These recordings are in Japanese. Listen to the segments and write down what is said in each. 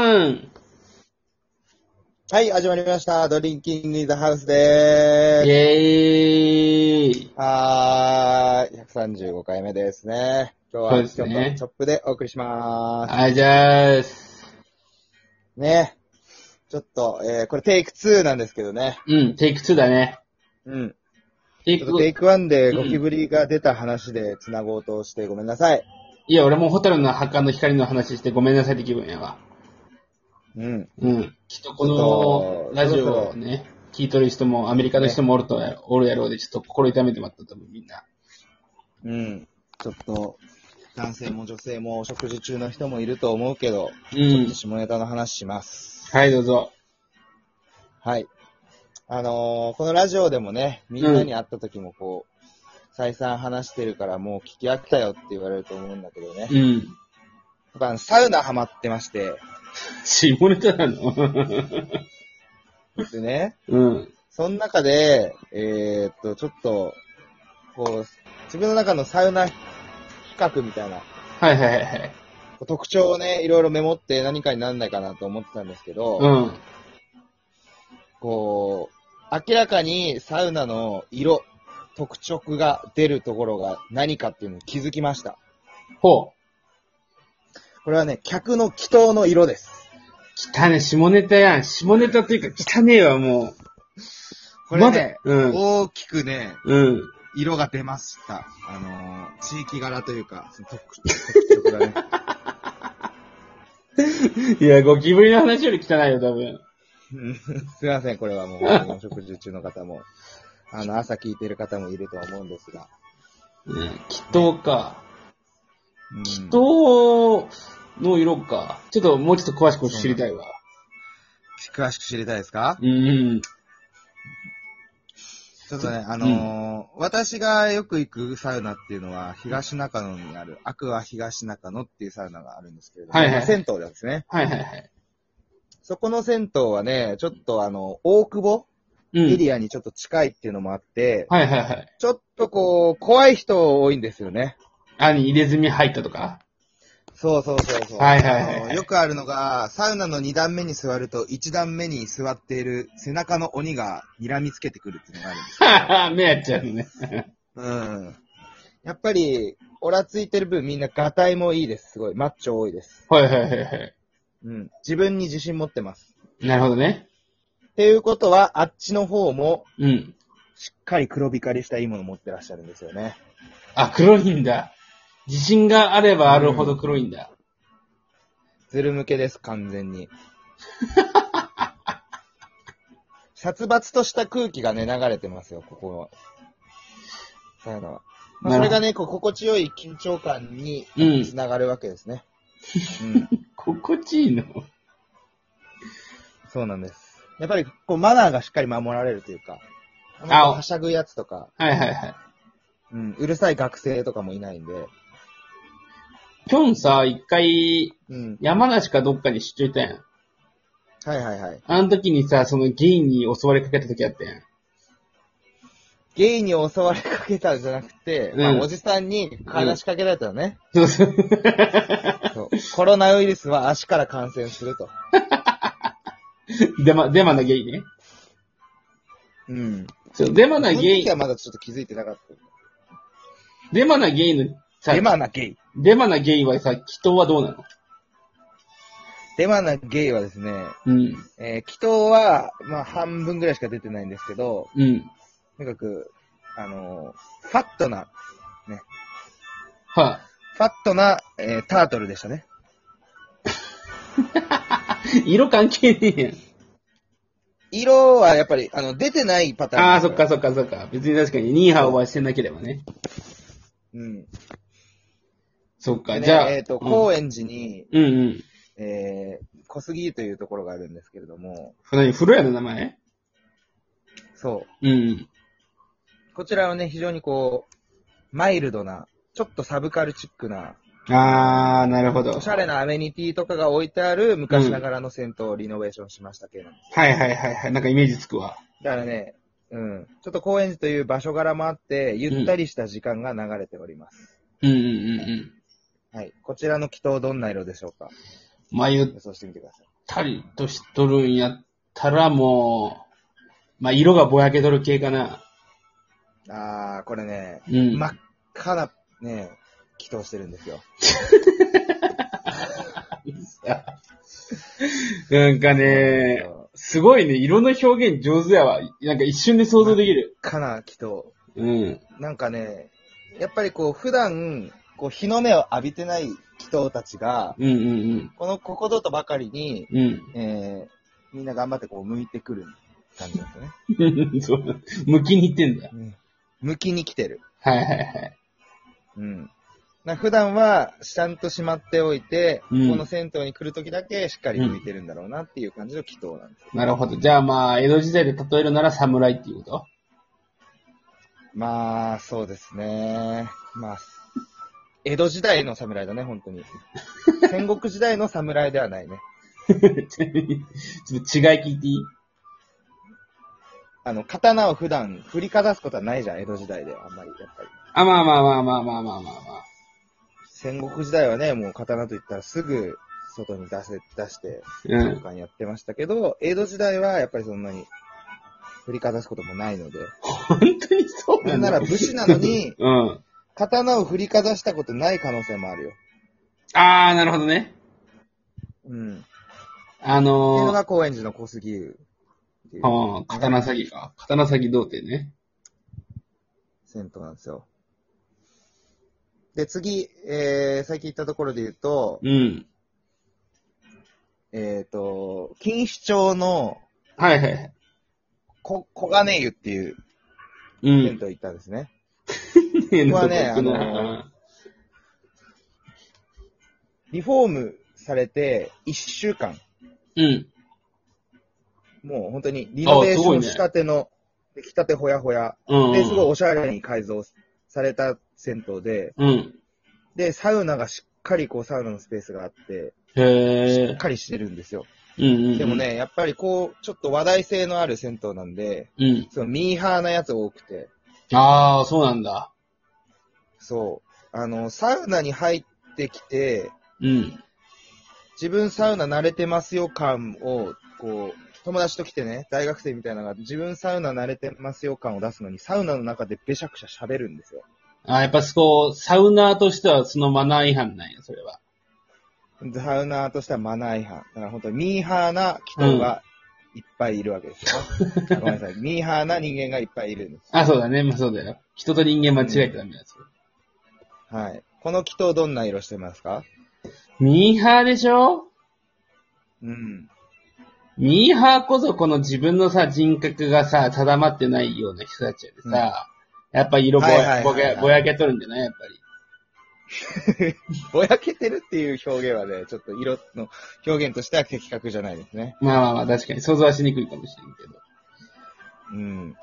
ん。はい、始まりました。ドリンキングイズハウスでイーす。ェーイ。はーい、135回目ですね。そ今日うはです京都ねチョップでお送りしまーあじゃーす。す。ね。ちょっと、えー、これテイク2なんですけどね。うん、テイク2だね。うん。テイちょクっとテイ2。ク1でゴキブリが出た話で繋ごうとしてごめんなさい。いや、俺もホタルの墓の光の話してごめんなさいって気分やわ。うん。うん。きっとこちょのっとラジオをね、聞いとる人もアメリカの人もおると、おるやろうで、ちょっと心痛めてまったと思う、みんな。うん。ちょっと、男性も女性もお食事中の人もいると思うけど、うちょっんと。下ネタの話します。はい、どうぞ。はい。あのーこのラジオでもね、みんなに会った時もこう、再三話してるからもう聞き飽きたよって言われると思うんだけどね。やっうん。ぱあのサウナハマってまして、下ネタなのでね、うん。その中で、えーっと、ちょっと、こう、自分の中のサウナ比較みたいなはいはいはいはい。特徴をね、いろいろメモって何かになんないかなと思ってたんですけど、うん。こう、明らかにサウナの色、特色が出るところが何かっていうのに気づきました。ほう。これはね、客の祈祷の色です。汚ね、下ネタやん。下ネタというか汚ねえわ、もう。これね、まだうん。大きくね、うん。色が出ました。あのー地域柄というか、その特特徴がね。いや、ゴキブリの話より汚いよ、多分。うんすいません、これはもう、あのお食事中の方も、あの、朝聞いてる方もいるとは思うんですが。うん。祈祷か。うん祈祷の色か。ちょっと、もうちょっと詳しく知りたいわ。詳しく知りたいですかうん。ちょっとね、あのー私がよく行くサウナっていうのは、東中野にある、アクア東中野っていうサウナがあるんですけれども、はいはいまあ銭湯なんですね。はいはいはい。そこの銭湯はね、ちょっとあの、大久保うん。エリアにちょっと近いっていうのもあって、はいはいはい。ちょっとこう、怖い人多いんですよね。あに入れ墨入ったとか そうそうそうそう。はいはいはいはいあのよくあるのが、サウナの2段目に座ると、1段目に座っている背中の鬼が睨みつけてくるっていうのがあるんですはは目やっちゃうのね。よ。うん。やっぱり、オラついてる分みんなガタイもいいです。すごい。マッチョ多いです。はいはいはいはい。うん。自分に自信持ってます。なるほどね。っていうことは、あっちの方も、うん。しっかり黒光りしたいいもの持ってらっしゃるんですよね。あ、黒いんだ。自信があればあるほど黒いんだ。ズル向けです、完全に。 殺伐とした空気がね、流れてますよ、ここの。そういうのは。まなあ、そるほどれがね、こう、心地よい緊張感にうんつながるわけですね。うん。心地いいのそうなんです。やっぱり、こう、マナーがしっかり守られるというか、あんまりこうはしゃぐやつとか、はいはいはい。うん、うるさい学生とかもいないんで、きょんさ、一回、うん。山梨かどっかに出張行ったやん。はいはいはい。あの時にさ、その議員に襲われかけた時あったやん。ゲイに襲われかけたんじゃなくて、うんまあ、おじさんに話しかけられたのね。 そうそう。そうコロナウイルスは足から感染すると。デマ、デマなゲイね。うん。そう、デマそなのゲイ時は、まだちょっと気づいてなかっデマなゲイのた。さ、デマなゲイ。デマなゲイはさ、祈祷はどうなのデマなゲイはですね、うん。えー、祈祷は、まあ、半分ぐらいしか出てないんですけど、うん。とにかく、あのーファットな、は ファットな、えータートルでしたね。あ、色関係ねえやん。色はやっぱり、あの、出てないパターン。ああ、そっか。そっかそっか。別に確かにニーハオはしてなければね。うん。そっか、でねじゃあ。えっ、と、うん高円寺に、うんうん。えー、小杉湯というところがあるんですけれども、何、風呂屋の名前そう。うん。こちらはね、非常にこう、マイルドな、ちょっとサブカルチックな、ああ、なるほど。おしゃれなアメニティとかが置いてある昔ながらの銭湯をリノベーションしました系なんです。はいはいはいはい。なんかイメージつくわ。だからね、うん。ちょっと高円寺という場所柄もあって、ゆったりした時間が流れております。うんうんうんうん。はい。こちらの祈祷どんな色でしょうか迷っ予想してみてください。たりとしとるんやったらもう、まあ、色がぼやけとる系かな。あー、これね、うん。真っ赤な、ね、祈祷してるんですよ。なんかね、そうすごいね、色の表現上手やわ。なんか一瞬で想像できる。真っ赤な祈祷。うん。なんかね、やっぱりこう、普段、こう、日の目を浴びてない祈祷たちが、うんうんこのここぞとばかりに、うん。 えー、みんな頑張ってこう、向いてくる感じなんですようね。ん。そう。向きに行ってんだ。うん向きに来てる。はいはいはい。うん。な普段は、ちゃんとしまっておいて、うんこの銭湯に来るときだけしっかり向いてるんだろうなっていう感じの祈祷なんですよ。なるほど。じゃあまあ、江戸時代で例えるなら侍っていうことまあ、そうですね。まあ、江戸時代の侍だね、本当 に。戦国時代の侍ではないね。ちょっと違 い聞いていいあの、刀を普段振りかざすことはないじゃん、江戸時代では。あんまり、やっぱり。あ、まあまあまあまあまあまあまあまあ。戦国時代はね、もう刀といったらすぐ外に出せ、出して、うんと。かやってましたけど、江戸時代はやっぱりそんなに振りかざすこともないので。本当にそうななんんならだ。武士なのに、うん。刀を振りかざしたことない可能性もあるよ。あー、なるほどね。うん。ってあいうののー、が高円寺の小杉湯っていううん刀詐欺か。刀詐欺童貞ね。銭湯なんですよ。で、次、えー、最近行ったところで言うと、うん。えっ、ー、と、錦糸町のはいはいはい。こ小金湯っていうう 銭ん。湯行ったんですね。ここはねあのリフォームされて1週間、うん。もう本当にリノベーションしたての、出来たてほやほや。うん。で、すごいおしゃれに改造された銭湯で、うん。で、サウナがしっかりこうサウナのスペースがあって、へしっー。かりしてるんですよ。うんうん。でも。ね、やっぱりこう、ちょっと話題性のある銭湯なんで、うん。そのミーハーなやつ多くて、あー、そうなんだ。そう。あの、サウナに入ってきて、うん。自分サウナ慣れてますよ感を、こう、友達と来てね、大学生みたいなのが自分サウナ慣れてますよ感を出すのに、サウナの中でべしゃくしゃ喋るんですよ。あーやっぱそこ、サウナーとしてはそのマナー違反なんや、それは。サウナーとしてはマナー違反。だから本当にミーハーな人がいっぱいいるわけですよ、 ねごめんなさい。ミーハーな人間がいっぱいいるんです。あ、そうだね。まあそうだよ。人と人間間違えちゃダメだ、それ。はい。この祈祷どんな色してますかミーハーでしょうん。ミーハーこそこの自分のさ、人格がさ、定まってないような人たちやでさ、やっぱ色ぼはいはやいはいはいぼやぼやけとるんじゃないやっぱり。ぼやけてるっていう表現はね、ちょっと色の表現としては的確じゃないですね。まあまあまあ確かに想像はしにくいかもしれんけど。うん。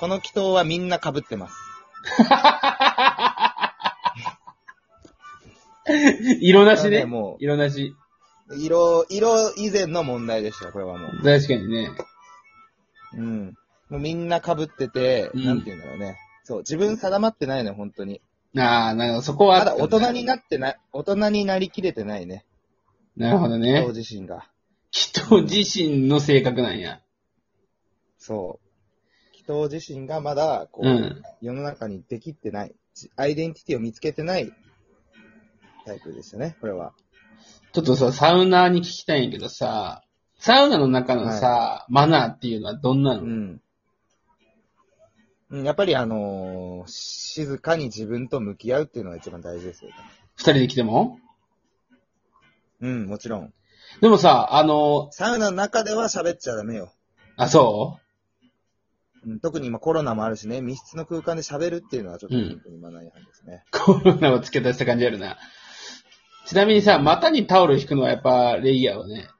この祈祷はみんな被ってます。色なしだからね。も色なし。う、色、色以前の問題でしたよ、これはもう。確かにね。うん。もうみんな被ってて、うんなんて言うんだろうね。そう、自分定まってないのよ、本当に。ああ、なんかそこはあまっただん。大人になってな、大人になりきれてないね。なるほど人ね。自身が。人自身の性格なんや。そう。人自身がまだ、こう、うん。世の中にできってない、じアイデンティティを見つけてないタイプですよね、これは。ちょっとさ、サウナーに聞きたいんやけどさ、サウナの中のさ、マナーっていうのはどんなの、うん。うんやっぱりあのー静かに自分と向き合うっていうのが一番大事ですよね。二人で来てもうん、もちろん。でもさ、あの、サウナの中では喋っちゃダメよ。あ、そううん、特に今コロナもあるしね、密室の空間で喋るっていうのはちょっとうん本当にマナー違反ですね。コロナを付け足した感じあるな。ちなみにさ、股にタオル引くのはやっぱレイヤーをね。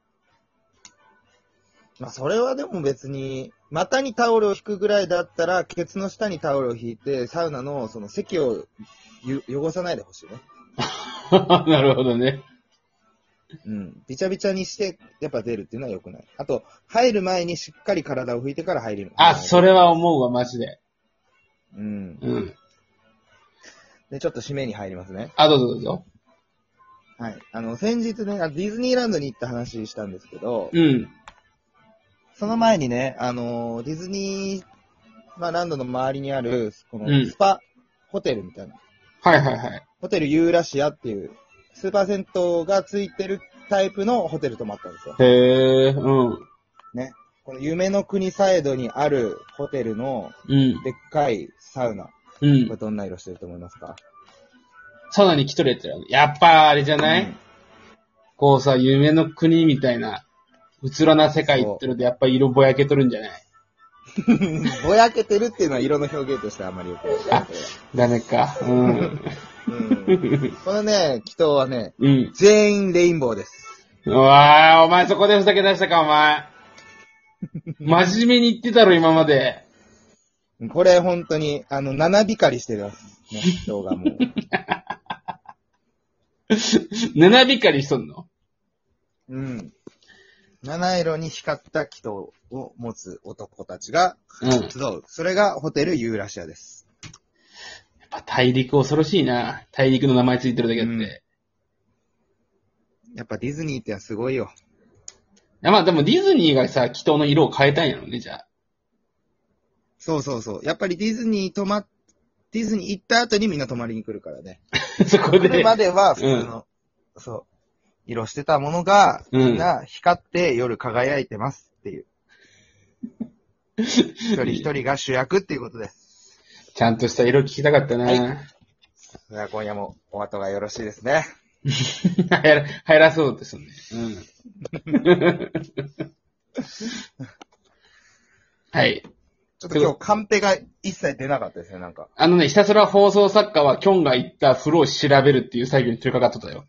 まあそれはでも別に、股にタオルを引くぐらいだったら、ケツの下にタオルを引いて、サウナのその席をゆ汚さないでほしいね。なるほどね。うん。びちゃびちゃにして、やっぱ出るっていうのは良くない。あと、入る前にしっかり体を拭いてから入れる。あ、それは思うわ、マジで。うん。うん。で、ちょっと締めに入りますね。あ、どうぞどうぞ。はい。あの、先日ね、あディズニーランドに行った話したんですけど、うん。その前にね、あのーディズニー、まあ、ランドの周りにある、このうんスパ、ホテルみたいな、はいはいはい。ホテルユーラシアっていう、スーパー銭湯がついてるタイプのホテル泊まったんですよ。へえ、うん。この夢の国サイドにあるホテルのうん。でっかいサウナ。うこれん。どんな色してると思いますか サナに来とるやつやろ。やっぱあれじゃない、うんこうさ、夢の国みたいな、うつろな世界行ってるで、やっぱ色ぼやけとるんじゃないぼやけてるっていうのは色の表現としてはあまりよくない。ダメか。 うん。うん、このね、祈祷はね、うん。全員レインボーです。うわー、お前そこでふざけ出したか、お前。真面目に言ってたろ、今まで。これ本当に、あの、七光りしてます。ね、祈祷がもう。七光りしとんのうん。七色に光った祈祷を持つ男たちがうん。やっ集う。それがホテルユーラシアです。ぱ大陸恐ろしいな。大陸の名前ついてるだけあって。うんいやっぱディズニーってのはすごいよ。やまあでもディズニーがさ、祈祷の色を変えたんやろね、じ ゃあ。そうそうそう。やっぱりディズニー泊まっ、ディズニー行った後にみんな泊まりに来るからね。そここで。れまでは普通の、そう、色してたものが、うんみんな光って夜輝いてますっていう。一人一人が主役っていうことです。ちゃんとした色聞きたかったな。ははいい、じゃあ今夜もお後がよろしいですね。 入ら、入らそうですよね。うん。 はい。ちょっと今日カンペが一切出なかったですね、なんか。あのね、ひたすら放送作家はキョンが言った風呂を調べるっていう作業に取り掛かってたよ。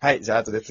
はい、じゃあ後で